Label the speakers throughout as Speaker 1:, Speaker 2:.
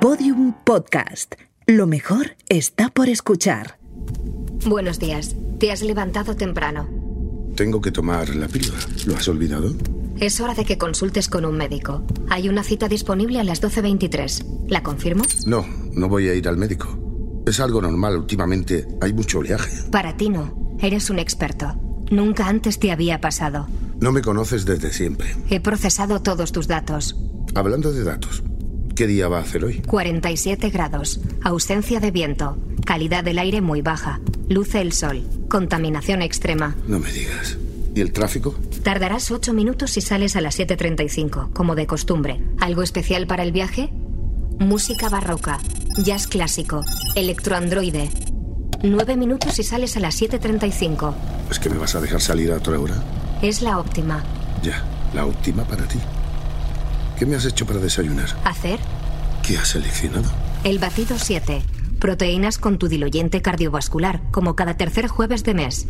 Speaker 1: Podium Podcast. Lo mejor está por escuchar.
Speaker 2: Buenos días. Te has levantado temprano.
Speaker 3: Tengo que tomar la píldora. ¿Lo has olvidado?
Speaker 2: Es hora de que consultes con un médico. Hay una cita disponible a las 12.23. ¿La confirmo?
Speaker 3: No, no voy a ir al médico. Es algo normal últimamente. Hay mucho oleaje.
Speaker 2: Para ti no. Eres un experto. Nunca antes te había pasado.
Speaker 3: No me conoces desde siempre.
Speaker 2: He procesado todos tus datos.
Speaker 3: Hablando de datos, ¿qué día va a hacer hoy?
Speaker 2: 47 grados, ausencia de viento, calidad del aire muy baja, luce el sol, contaminación extrema.
Speaker 3: No me digas. ¿Y el tráfico?
Speaker 2: Tardarás 8 minutos si sales a las 7.35, como de costumbre. ¿Algo especial para el viaje? Música barroca, jazz clásico, electroandroide. 9 minutos si sales a las 7.35.
Speaker 3: ¿Es que me vas a dejar salir a otra hora?
Speaker 2: Es la óptima.
Speaker 3: Ya, la óptima para ti. ¿Qué me has hecho para desayunar?
Speaker 2: Hacer
Speaker 3: ¿Qué has seleccionado?
Speaker 2: el batido 7. Proteínas con tu diluyente cardiovascular, como cada tercer jueves de mes.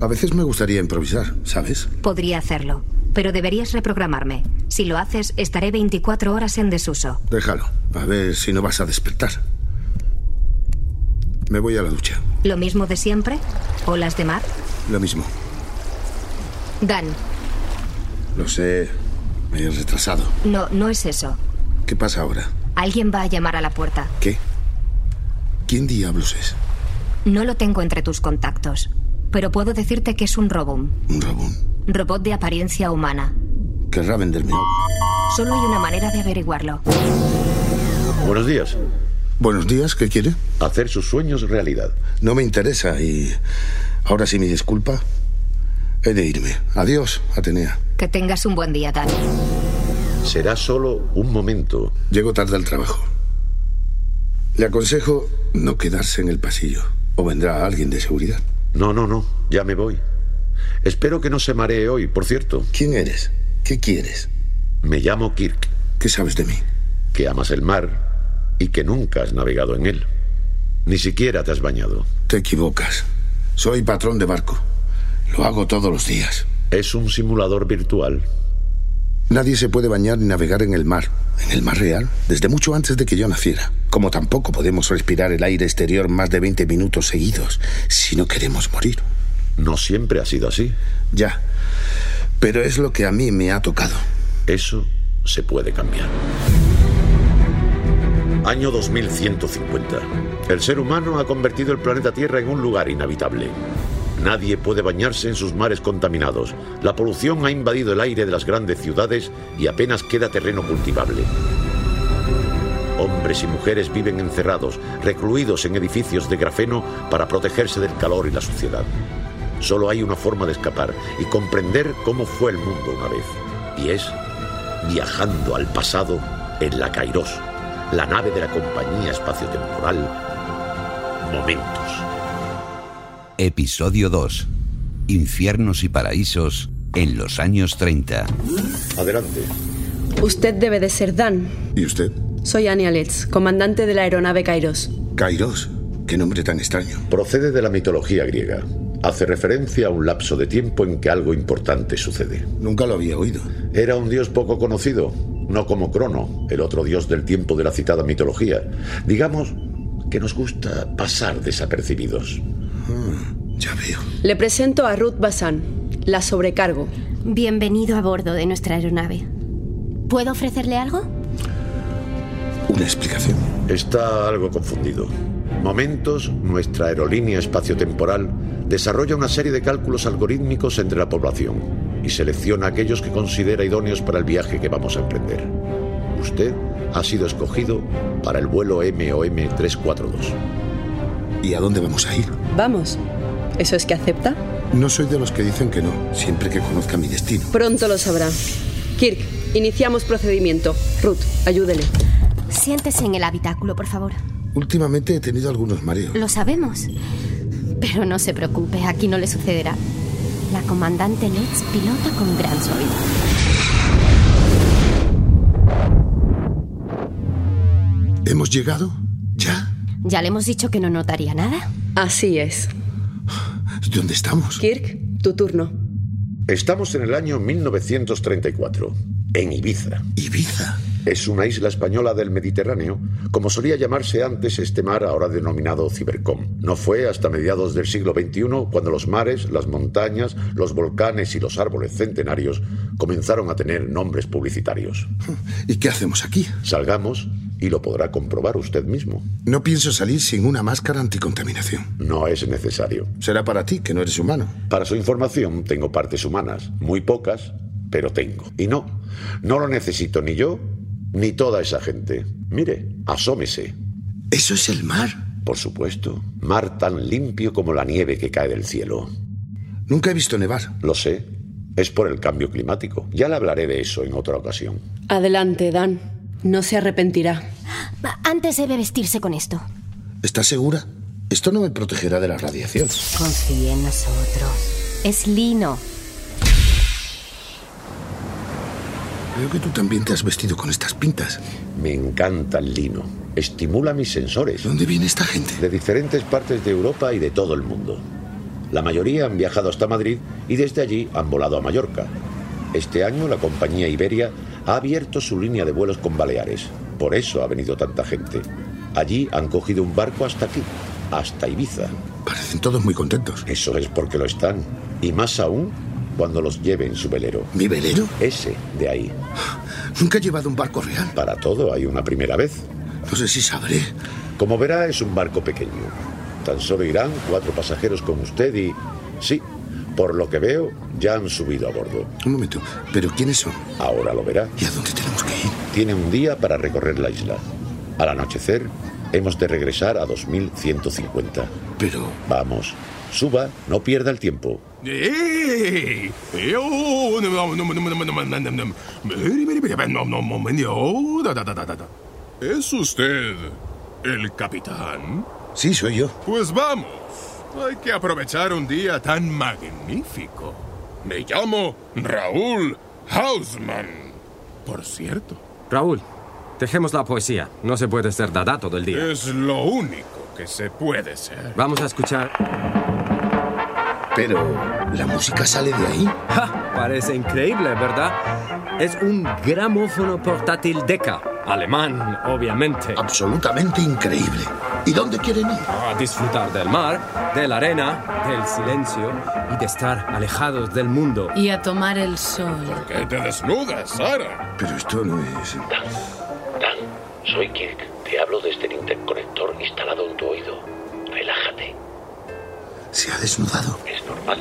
Speaker 3: A veces me gustaría improvisar, ¿sabes?
Speaker 2: Podría hacerlo, pero deberías reprogramarme. Si lo haces, estaré 24 horas en desuso.
Speaker 3: Déjalo. A ver si no vas a despertar. Me voy a la ducha.
Speaker 2: ¿Lo mismo de siempre? ¿Olas de mar?
Speaker 3: Lo mismo.
Speaker 2: Dan,
Speaker 3: Lo sé. Me he retrasado.
Speaker 2: no, no es eso.
Speaker 3: ¿Qué pasa ahora?
Speaker 2: Alguien va a llamar a la puerta.
Speaker 3: ¿Qué? ¿Quién diablos es?
Speaker 2: No lo tengo entre tus contactos, pero puedo decirte que es un robum,
Speaker 3: ¿Un rabón?
Speaker 2: robot de apariencia humana.
Speaker 3: ¿Querrá venderme algo?
Speaker 2: Solo hay una manera de averiguarlo.
Speaker 4: Buenos días.
Speaker 3: Buenos días, ¿qué quiere?
Speaker 4: Hacer sus sueños realidad.
Speaker 3: No me interesa y... Ahora sí, mi disculpa. He de irme. Adiós, Atenea.
Speaker 2: Que tengas un buen día, Dan.
Speaker 4: Será solo un momento.
Speaker 3: Llego tarde al trabajo. Le aconsejo no quedarse en el pasillo. O vendrá alguien de seguridad.
Speaker 4: No, no, no. Ya me voy. Espero que no se maree hoy, por cierto.
Speaker 3: ¿Quién eres? ¿Qué quieres?
Speaker 4: Me llamo Kirk,
Speaker 3: ¿Qué sabes de mí?
Speaker 4: que amas el mar y que nunca has navegado en él. Ni siquiera te has bañado.
Speaker 3: Te equivocas. Soy patrón de barco. Lo hago todos los días.
Speaker 4: Es un simulador virtual.
Speaker 3: Nadie se puede bañar ni navegar en el mar, en el mar real, desde mucho antes de que yo naciera. Como tampoco podemos respirar el aire exterior más de 20 minutos seguidos si no queremos morir.
Speaker 4: No siempre ha sido así.
Speaker 3: Ya. Pero es lo que a mí me ha tocado.
Speaker 4: Eso se puede cambiar. Año 2150. El ser humano ha convertido el planeta Tierra en un lugar inhabitable. Nadie puede bañarse en sus mares contaminados. La polución ha invadido el aire de las grandes ciudades y apenas queda terreno cultivable. Hombres y mujeres viven encerrados, recluidos en edificios de grafeno para protegerse del calor y la suciedad. Solo hay una forma de escapar y comprender cómo fue el mundo una vez, y es viajando al pasado en la Kairos, la nave de la compañía espaciotemporal. Momentos.
Speaker 5: Episodio 2. Infiernos y paraísos en los años 30.
Speaker 4: Adelante.
Speaker 6: Usted debe de ser Dan.
Speaker 3: ¿Y usted?
Speaker 6: Soy Annie Alex, comandante de la aeronave Kairos.
Speaker 3: Kairos. Qué nombre tan extraño.
Speaker 4: Procede de la mitología griega. Hace referencia a un lapso de tiempo en que algo importante sucede.
Speaker 3: Nunca lo había oído.
Speaker 4: Era un dios poco conocido, no como Crono, el otro dios del tiempo de la citada mitología. Digamos que nos gusta pasar desapercibidos.
Speaker 3: Ya veo.
Speaker 6: Le presento a Ruth Bazán, la sobrecargo.
Speaker 7: Bienvenido a bordo de nuestra aeronave. ¿Puedo ofrecerle algo?
Speaker 3: Una explicación.
Speaker 4: Está algo confundido. Momentos, nuestra aerolínea espaciotemporal desarrolla una serie de cálculos algorítmicos entre la población y selecciona aquellos que considera idóneos para el viaje que vamos a emprender. Usted ha sido escogido para el vuelo MOM 342.
Speaker 3: ¿Y a dónde vamos a ir?
Speaker 6: Vamos. ¿Eso es que acepta?
Speaker 3: No soy de los que dicen que no, siempre que conozca mi destino.
Speaker 6: Pronto lo sabrá. Kirk, iniciamos procedimiento. Ruth, ayúdele.
Speaker 7: Siéntese en el habitáculo, por favor.
Speaker 3: Últimamente he tenido algunos mareos.
Speaker 7: Lo sabemos. Pero no se preocupe, aquí no le sucederá. La comandante Letts pilota con gran suavidad.
Speaker 3: ¿Hemos llegado? ¿Ya?
Speaker 7: Ya le hemos dicho que no notaría nada.
Speaker 6: Así es.
Speaker 3: ¿Dónde estamos?
Speaker 6: Kirk, tu turno.
Speaker 4: Estamos en el año 1934, en Ibiza.
Speaker 3: Ibiza.
Speaker 4: Es una isla española del Mediterráneo, como solía llamarse antes este mar ahora denominado Cibercom. No fue hasta mediados del siglo XXI cuando los mares, las montañas, los volcanes y los árboles centenarios comenzaron a tener nombres publicitarios.
Speaker 3: ¿Y qué hacemos aquí?
Speaker 4: Salgamos y lo podrá comprobar usted mismo.
Speaker 3: No pienso salir sin una máscara anticontaminación.
Speaker 4: No es necesario.
Speaker 3: Será para ti, que no eres humano.
Speaker 4: Para su información, tengo partes humanas, muy pocas, pero tengo. Y no, no lo necesito ni yo ni toda esa gente. Mire, asómese.
Speaker 3: Eso es el mar.
Speaker 4: Por supuesto, mar tan limpio como la nieve que cae del cielo.
Speaker 3: Nunca he visto nevar.
Speaker 4: Lo sé, es por el cambio climático. Ya le hablaré de eso en otra ocasión.
Speaker 6: Adelante, Dan. No se arrepentirá.
Speaker 7: Antes debe vestirse con esto.
Speaker 3: ¿Estás segura? Esto no me protegerá de la radiación.
Speaker 7: Confíe en nosotros. Es lino.
Speaker 3: Veo que tú también te has vestido con estas pintas.
Speaker 4: Me encanta el lino. Estimula mis sensores.
Speaker 3: ¿Dónde viene esta gente?
Speaker 4: De diferentes partes de Europa y de todo el mundo. La mayoría han viajado hasta Madrid y desde allí han volado a Mallorca. Este año la compañía Iberia ha abierto su línea de vuelos con Baleares. Por eso ha venido tanta gente. Allí han cogido un barco hasta aquí, hasta Ibiza.
Speaker 3: Parecen todos muy contentos.
Speaker 4: Eso es porque lo están. Y más aún cuando los lleve en su velero.
Speaker 3: ¿Mi velero?
Speaker 4: Ese de ahí.
Speaker 3: Nunca he llevado un barco real.
Speaker 4: Para todo hay una primera vez.
Speaker 3: No sé si sabré.
Speaker 4: Como verá, es un barco pequeño. Tan solo irán cuatro pasajeros con usted y... Sí, por lo que veo, ya han subido a bordo.
Speaker 3: Un momento, ¿pero quiénes son?
Speaker 4: Ahora lo verá.
Speaker 3: ¿Y a dónde tenemos que ir?
Speaker 4: Tiene un día para recorrer la isla. Al anochecer, hemos de regresar a 2150.
Speaker 3: Pero...
Speaker 4: Vamos, suba, no pierda el tiempo.
Speaker 8: ¿Es usted el capitán?
Speaker 3: Sí, soy yo.
Speaker 8: Pues vamos. Hay que aprovechar un día tan magnífico. Me llamo Raúl Hausman. Por cierto,
Speaker 9: Raúl, dejemos la poesía. No se puede ser dada todo el día.
Speaker 8: es lo único que se puede ser.
Speaker 9: Vamos a escuchar.
Speaker 3: Pero... ¿La música sale de ahí?
Speaker 9: ¡Ja! Parece increíble, ¿verdad? Es un gramófono portátil Deca. Alemán, obviamente.
Speaker 3: Absolutamente increíble. ¿Y dónde quieren ir?
Speaker 9: A disfrutar del mar, de la arena, del silencio y de estar alejados del mundo.
Speaker 10: Y a tomar el sol.
Speaker 8: ¿Por qué te desnudas, Sara?
Speaker 3: Pero esto no es...
Speaker 4: Dan, Dan, soy Kirk. Te hablo desde el interconector instalado en tu oído. Relájate,
Speaker 3: Se ha desnudado.
Speaker 4: es normal.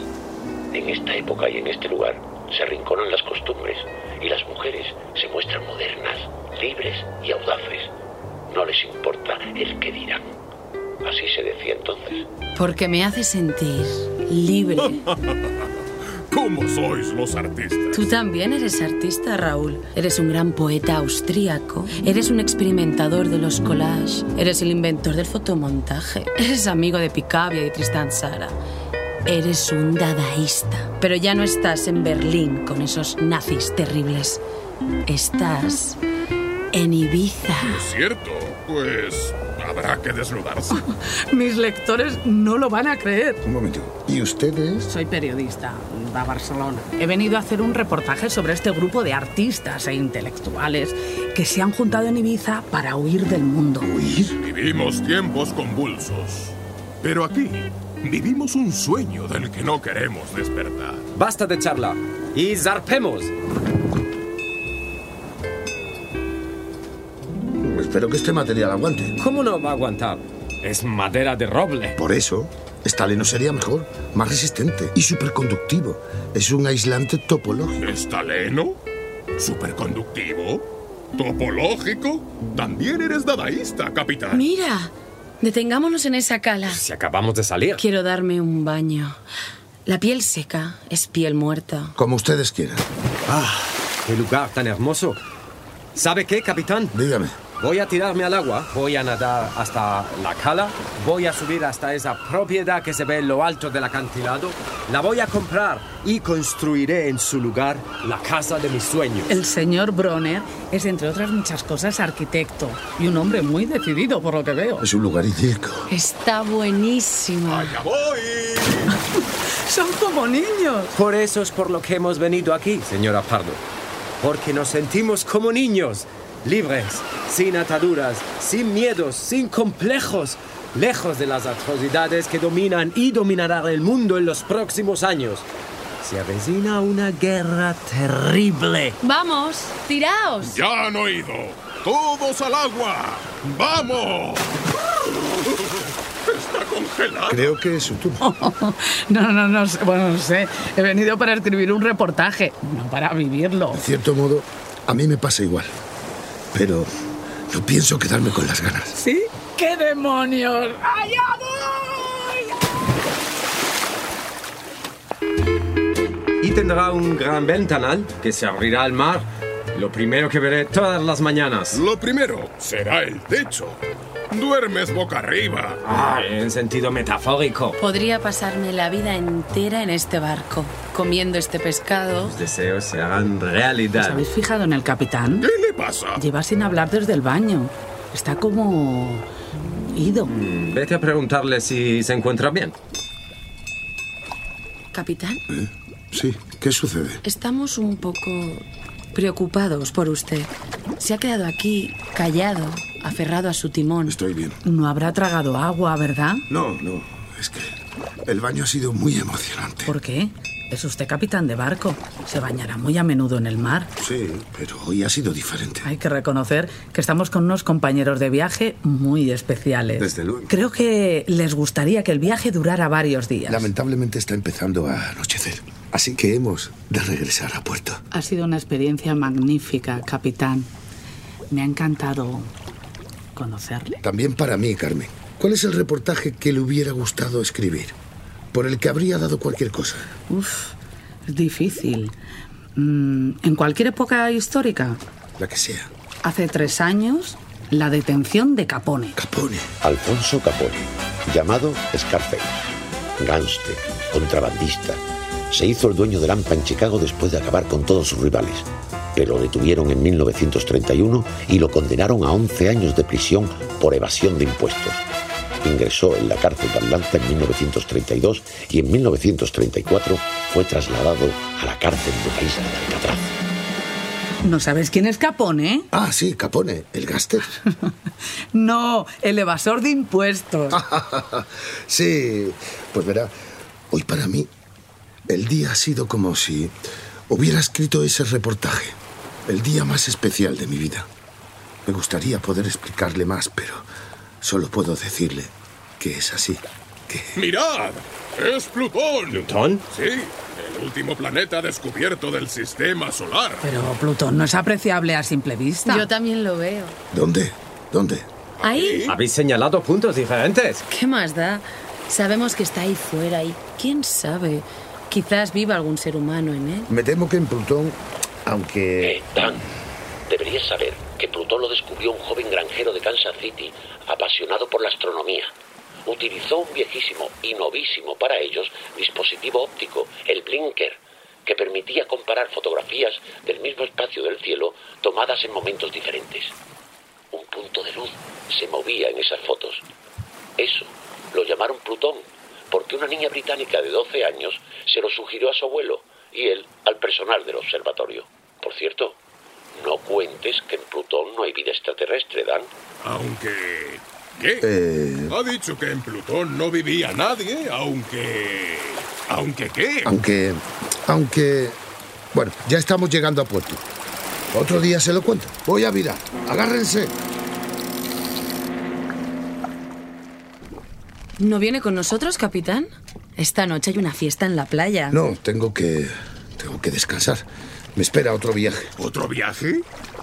Speaker 4: En esta época y en este lugar se arrinconan las costumbres y las mujeres se muestran modernas, libres y audaces. No les importa el que dirán. Así se decía entonces.
Speaker 10: Porque me hace sentir libre.
Speaker 8: ¿Cómo sois los artistas?
Speaker 10: Tú también eres artista, Raúl. Eres un gran poeta austríaco. Eres un experimentador de los collages. Eres el inventor del fotomontaje. Eres amigo de Picabia y Tristan Sara. Eres un dadaísta. Pero ya no estás en Berlín con esos nazis terribles. Estás en Ibiza.
Speaker 8: Cierto, pues habrá que desnudarse.
Speaker 10: Mis lectores no lo van a creer.
Speaker 3: Un momento. ¿Y eh? ustedes?
Speaker 11: Soy periodista de Barcelona. He venido a hacer un reportaje sobre este grupo de artistas e intelectuales que se han juntado en Ibiza para huir del mundo.
Speaker 3: ¿Huir?
Speaker 8: Vivimos tiempos convulsos. Pero aquí vivimos un sueño del que no queremos despertar.
Speaker 9: Basta de charla y zarpemos.
Speaker 3: Espero que este material aguante.
Speaker 9: ¿Cómo no va a aguantar? Es madera de roble.
Speaker 3: Por eso, esta leno sería mejor, más resistente y superconductivo. Es un aislante topológico.
Speaker 8: ¿Estaleno? ¿Superconductivo? ¿Topológico? También eres dadaísta, capitán.
Speaker 10: Mira, detengámonos en esa cala.
Speaker 9: Si acabamos de salir.
Speaker 10: Quiero darme un baño. La piel seca es piel muerta.
Speaker 3: Como ustedes quieran.
Speaker 9: Ah, ¡Qué lugar tan hermoso! ¿Sabe qué, capitán?
Speaker 3: Dígame.
Speaker 9: Voy a tirarme al agua, voy a nadar hasta la cala, voy a subir hasta esa propiedad que se ve en lo alto del acantilado, la voy a comprar y construiré en su lugar la casa de mis sueños.
Speaker 11: El señor Bronner es, entre otras muchas cosas, arquitecto y un hombre muy decidido, por lo que veo.
Speaker 3: Es un lugar idílico.
Speaker 10: Está buenísima.
Speaker 8: ¡Allá voy!
Speaker 11: Son como niños.
Speaker 9: Por eso es por lo que hemos venido aquí, señora Pardo, porque nos sentimos como niños libres, sin ataduras, sin miedos, sin complejos, lejos de las atrocidades que dominan y dominarán el mundo en los próximos años. Se avecina una guerra terrible.
Speaker 12: Vamos, tiraos.
Speaker 8: Ya han oído. Todos al agua. ¡Vamos! Está congelado.
Speaker 3: Creo que es su turno.
Speaker 11: No, no, no, sé, bueno, no sé. He venido para escribir un reportaje, no para vivirlo.
Speaker 3: En cierto modo, a mí me pasa igual. Pero no pienso quedarme con las ganas.
Speaker 11: ¿Sí? ¡Qué demonios! ¡Allá
Speaker 9: Y tendrá un gran ventanal que se abrirá al mar. Lo primero que veré todas las mañanas.
Speaker 8: Lo primero será el techo. Duermes boca arriba.
Speaker 9: Ah, en sentido metafórico.
Speaker 10: Podría pasarme la vida entera en este barco, comiendo este pescado.
Speaker 9: Los deseos se harán realidad.
Speaker 11: ¿Os habéis fijado en el capitán?
Speaker 8: ¿Qué le pasa?
Speaker 11: Lleva sin hablar desde el baño. Está como... ido.
Speaker 9: Mm, Vete a preguntarle si se encuentra bien.
Speaker 10: Capitán,
Speaker 3: Sí, ¿qué sucede?
Speaker 10: estamos un poco preocupados por usted. Se ha quedado aquí, callado, aferrado a su timón.
Speaker 3: Estoy bien.
Speaker 11: No habrá tragado agua, ¿verdad?
Speaker 3: No, no, es que el baño ha sido muy emocionante.
Speaker 11: ¿Por qué? Es usted capitán de barco. Se bañará muy a menudo en el mar.
Speaker 3: Sí, pero hoy ha sido diferente.
Speaker 11: Hay que reconocer que estamos con unos compañeros de viaje muy especiales.
Speaker 3: Desde luego.
Speaker 11: Creo que les gustaría que el viaje durara varios días.
Speaker 3: Lamentablemente está empezando a anochecer, así que hemos de regresar a puerto.
Speaker 11: Ha sido una experiencia magnífica, capitán. Me ha encantado conocerle.
Speaker 3: También para mí, Carmen. ¿Cuál es el reportaje que le hubiera gustado escribir? Por el que habría dado cualquier cosa.
Speaker 11: Uf, es difícil. Mm, en cualquier época histórica,
Speaker 3: La que sea.
Speaker 11: hace tres años, la detención de Capone.
Speaker 3: Capone.
Speaker 4: Alfonso Capone, llamado Scarface, gángster, contrabandista, se hizo el dueño de Lampa en Chicago después de acabar con todos sus rivales. Pero lo detuvieron en 1931 y lo condenaron a 11 años de prisión por evasión de impuestos. Ingresó en la cárcel de Atlanta en 1932 y en 1934 fue trasladado a la cárcel de la isla de Alcatraz.
Speaker 11: ¿No sabes quién es Capone?
Speaker 3: Ah, sí, Capone, el gaster.
Speaker 11: No, el evasor de impuestos.
Speaker 3: sí, pues verá, hoy para mí el día ha sido como si hubiera escrito ese reportaje. El día más especial de mi vida. Me gustaría poder explicarle más, pero solo puedo decirle que es así.
Speaker 8: Mirad, es Plutón.
Speaker 9: ¿Plutón?
Speaker 8: Sí, el último planeta descubierto del sistema solar.
Speaker 11: Pero Plutón no es apreciable a simple vista.
Speaker 10: Yo también lo veo.
Speaker 3: ¿Dónde? ¿Dónde?
Speaker 8: ¿Eh?
Speaker 10: ¿Ahí?
Speaker 9: Habéis señalado puntos diferentes.
Speaker 10: ¿Qué más da? Sabemos que está ahí fuera y quién sabe. Quizás viva algún ser humano en él.
Speaker 3: Me temo que en Plutón, aunque...
Speaker 4: Eh, Dan, deberías saber que Plutón lo descubrió un joven granjero de Kansas City apasionado por la astronomía. Utilizó un viejísimo y novísimo para ellos dispositivo óptico, el blinker, que permitía comparar fotografías del mismo espacio del cielo tomadas en momentos diferentes. Un punto de luz se movía en esas fotos. Eso lo llamaron Plutón, porque una niña británica de 12 años se lo sugirió a su abuelo y él al personal del observatorio. Por cierto, no cuentes que en Plutón no hay vida extraterrestre, Dan.
Speaker 8: Aunque... ¿Qué?
Speaker 3: Eh,
Speaker 8: Ha dicho que en Plutón no vivía nadie, aunque... ¿Aunque qué?
Speaker 3: aunque... Aunque... Bueno, ya estamos llegando a puerto. Otro día se lo cuento. Voy a virar. Agárrense.
Speaker 10: ¿No viene con nosotros, capitán? Esta noche hay una fiesta en la playa.
Speaker 3: No, tengo que... Tengo que descansar. Me espera otro viaje.
Speaker 8: ¿Otro viaje?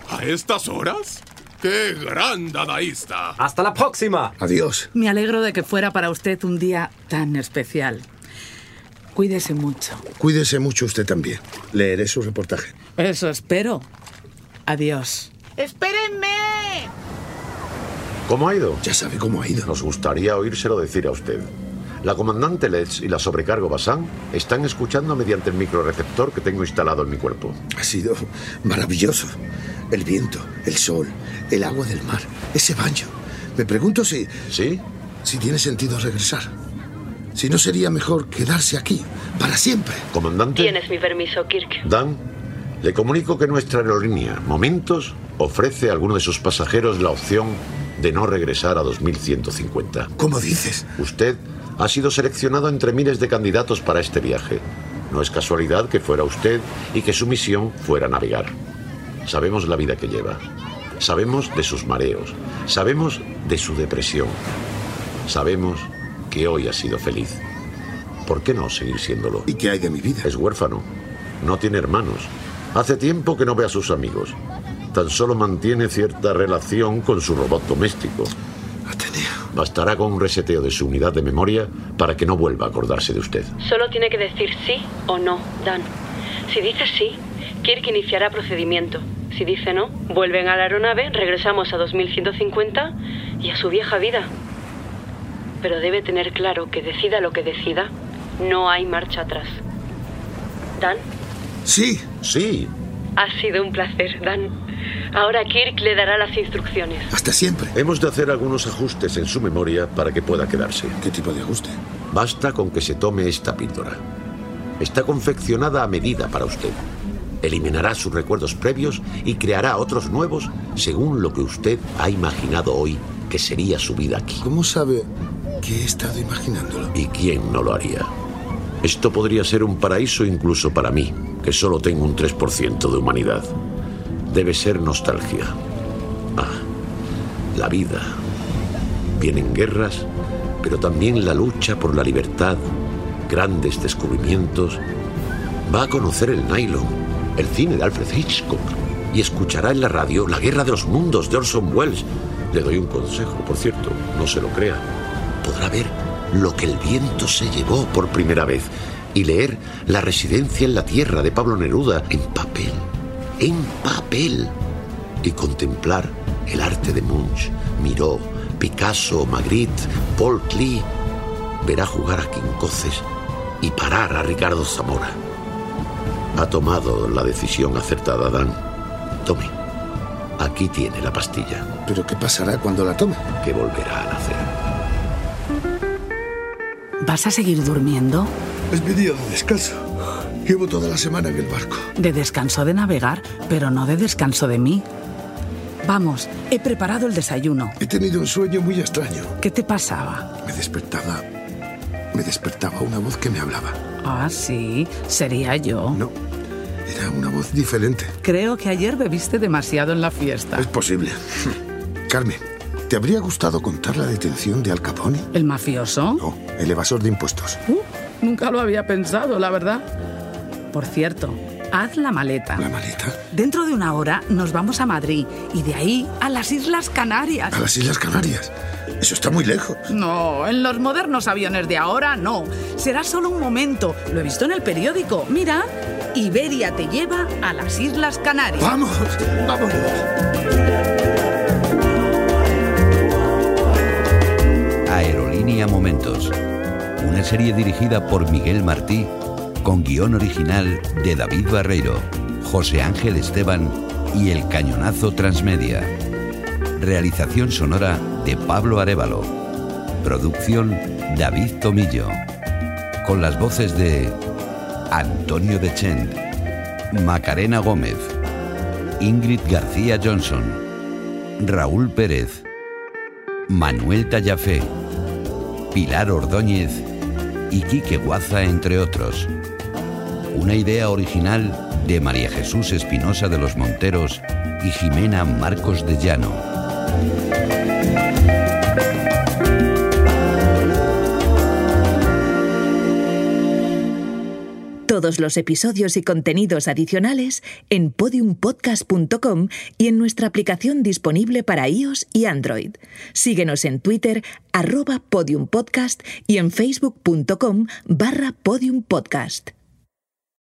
Speaker 8: ¿A estas horas? ¡Qué gran dadaísta!
Speaker 9: Hasta la próxima.
Speaker 3: Adiós.
Speaker 11: Me alegro de que fuera para usted un día tan especial. Cuídese mucho.
Speaker 3: Cuídese mucho usted también. Leeré su reportaje.
Speaker 11: Eso espero. Adiós.
Speaker 12: ¡Espérenme!
Speaker 4: ¿Cómo ha ido?
Speaker 3: Ya sabe cómo ha ido.
Speaker 4: Nos gustaría oírselo decir a usted. La comandante Letts y la sobrecargo Basán están escuchando mediante el microreceptor que tengo instalado en mi cuerpo.
Speaker 3: Ha sido maravilloso. El viento, el sol, el agua del mar, ese baño. Me pregunto si...
Speaker 4: ¿Sí?
Speaker 3: Si tiene sentido regresar. Si no sería mejor quedarse aquí, para siempre.
Speaker 4: ¿Comandante?
Speaker 13: Tienes mi permiso, Kirk.
Speaker 4: Dan, Le comunico que nuestra aerolínea, Momentos, ofrece a alguno de sus pasajeros la opción de no regresar a 2150.
Speaker 3: ¿Cómo dices?
Speaker 4: Usted ha sido seleccionado entre miles de candidatos para este viaje. No es casualidad que fuera usted y que su misión fuera navegar. Sabemos la vida que lleva. Sabemos de sus mareos. Sabemos de su depresión. Sabemos que hoy ha sido feliz. ¿Por qué no seguir siéndolo?
Speaker 3: ¿Y qué hay de mi vida?
Speaker 4: Es huérfano. No tiene hermanos. Hace tiempo que no ve a sus amigos. Tan solo mantiene cierta relación con su robot doméstico. Bastará con un reseteo de su unidad de memoria para que no vuelva a acordarse de usted.
Speaker 6: Solo tiene que decir sí o no, Dan. Si dice sí, Kirk iniciará procedimiento. Si dice no, vuelven a la aeronave, regresamos a 2150 y a su vieja vida. Pero debe tener claro que decida lo que decida, no hay marcha atrás. Dan,
Speaker 3: Sí.
Speaker 4: Sí.
Speaker 6: ha sido un placer, Dan. Ahora Kirk le dará las instrucciones.
Speaker 3: Hasta siempre.
Speaker 4: Hemos de hacer algunos ajustes en su memoria para que pueda quedarse.
Speaker 3: ¿Qué tipo de ajuste?
Speaker 4: Basta con que se tome esta píldora. Está confeccionada a medida para usted. Eliminará sus recuerdos previos y creará otros nuevos según lo que usted ha imaginado hoy que sería su vida aquí.
Speaker 3: ¿Cómo sabe que he estado imaginándolo?
Speaker 4: ¿Y quién no lo haría? Esto podría ser un paraíso incluso para mí, que solo tengo un 3% de humanidad. Debe ser nostalgia. Ah, la vida. Vienen guerras, pero también la lucha por la libertad, grandes descubrimientos. Va a conocer el nylon, el cine de Alfred Hitchcock, y escuchará en la radio La Guerra de los Mundos de Orson Welles. Le doy un consejo, por cierto, no se lo crea. Podrá ver lo que el viento se llevó por primera vez y leer La residencia en la tierra de Pablo Neruda en papel, en papel, y contemplar el arte de Munch, Miró, Picasso, Magritte, Paul Klee. Verá jugar a Quincoces y parar a Ricardo Zamora. Ha tomado la decisión acertada, Dan. Tome. Aquí tiene la pastilla.
Speaker 3: ¿Pero qué pasará cuando la tome?
Speaker 4: Que volverá a nacer.
Speaker 11: ¿Vas a seguir durmiendo?
Speaker 3: Es mi día de descanso. Llevo toda la semana en el barco.
Speaker 11: De descanso de navegar, pero no de descanso de mí. Vamos, he preparado el desayuno.
Speaker 3: He tenido un sueño muy extraño.
Speaker 11: ¿Qué te pasaba?
Speaker 3: Me despertaba. Me despertaba una voz que me hablaba.
Speaker 11: Ah, sí, sería yo.
Speaker 3: No, era una voz diferente.
Speaker 11: Creo que ayer bebiste demasiado en la fiesta.
Speaker 3: Es posible. Carmen, ¿te habría gustado contar la detención de Al Capone?
Speaker 11: ¿El mafioso?
Speaker 3: No, el evasor de impuestos.
Speaker 11: Uh, nunca lo había pensado, la verdad. Por cierto, haz la maleta.
Speaker 3: ¿La maleta?
Speaker 11: Dentro de una hora nos vamos a Madrid y de ahí a las Islas Canarias.
Speaker 3: A las Islas Canarias. Eso está muy lejos.
Speaker 11: No, en los modernos aviones de ahora no. Será solo un momento. Lo he visto en el periódico. Mira, Iberia te lleva a las Islas Canarias.
Speaker 3: ¡Vamos! ¡Vamos!
Speaker 5: Aerolínea Momentos. Una serie dirigida por Miguel Martí, con guión original de David Barreiro, José Ángel Esteban y El Cañonazo Transmedia. Realización sonora de Pablo Arevalo. Producción David Tomillo. Con las voces de Antonio Dechent, Macarena Gómez, Ingrid García Johnson, Raúl Pérez. Manuel Tallafé, Pilar Ordóñez y Quique Guaza, entre otros. Una idea original de María Jesús Espinosa de los Monteros y Jimena Marcos de Llano.
Speaker 1: Todos los episodios y contenidos adicionales en podiumpodcast.com y en nuestra aplicación disponible para iOS y Android. Síguenos en Twitter, arroba podiumpodcast y en facebook.com barra podiumpodcast.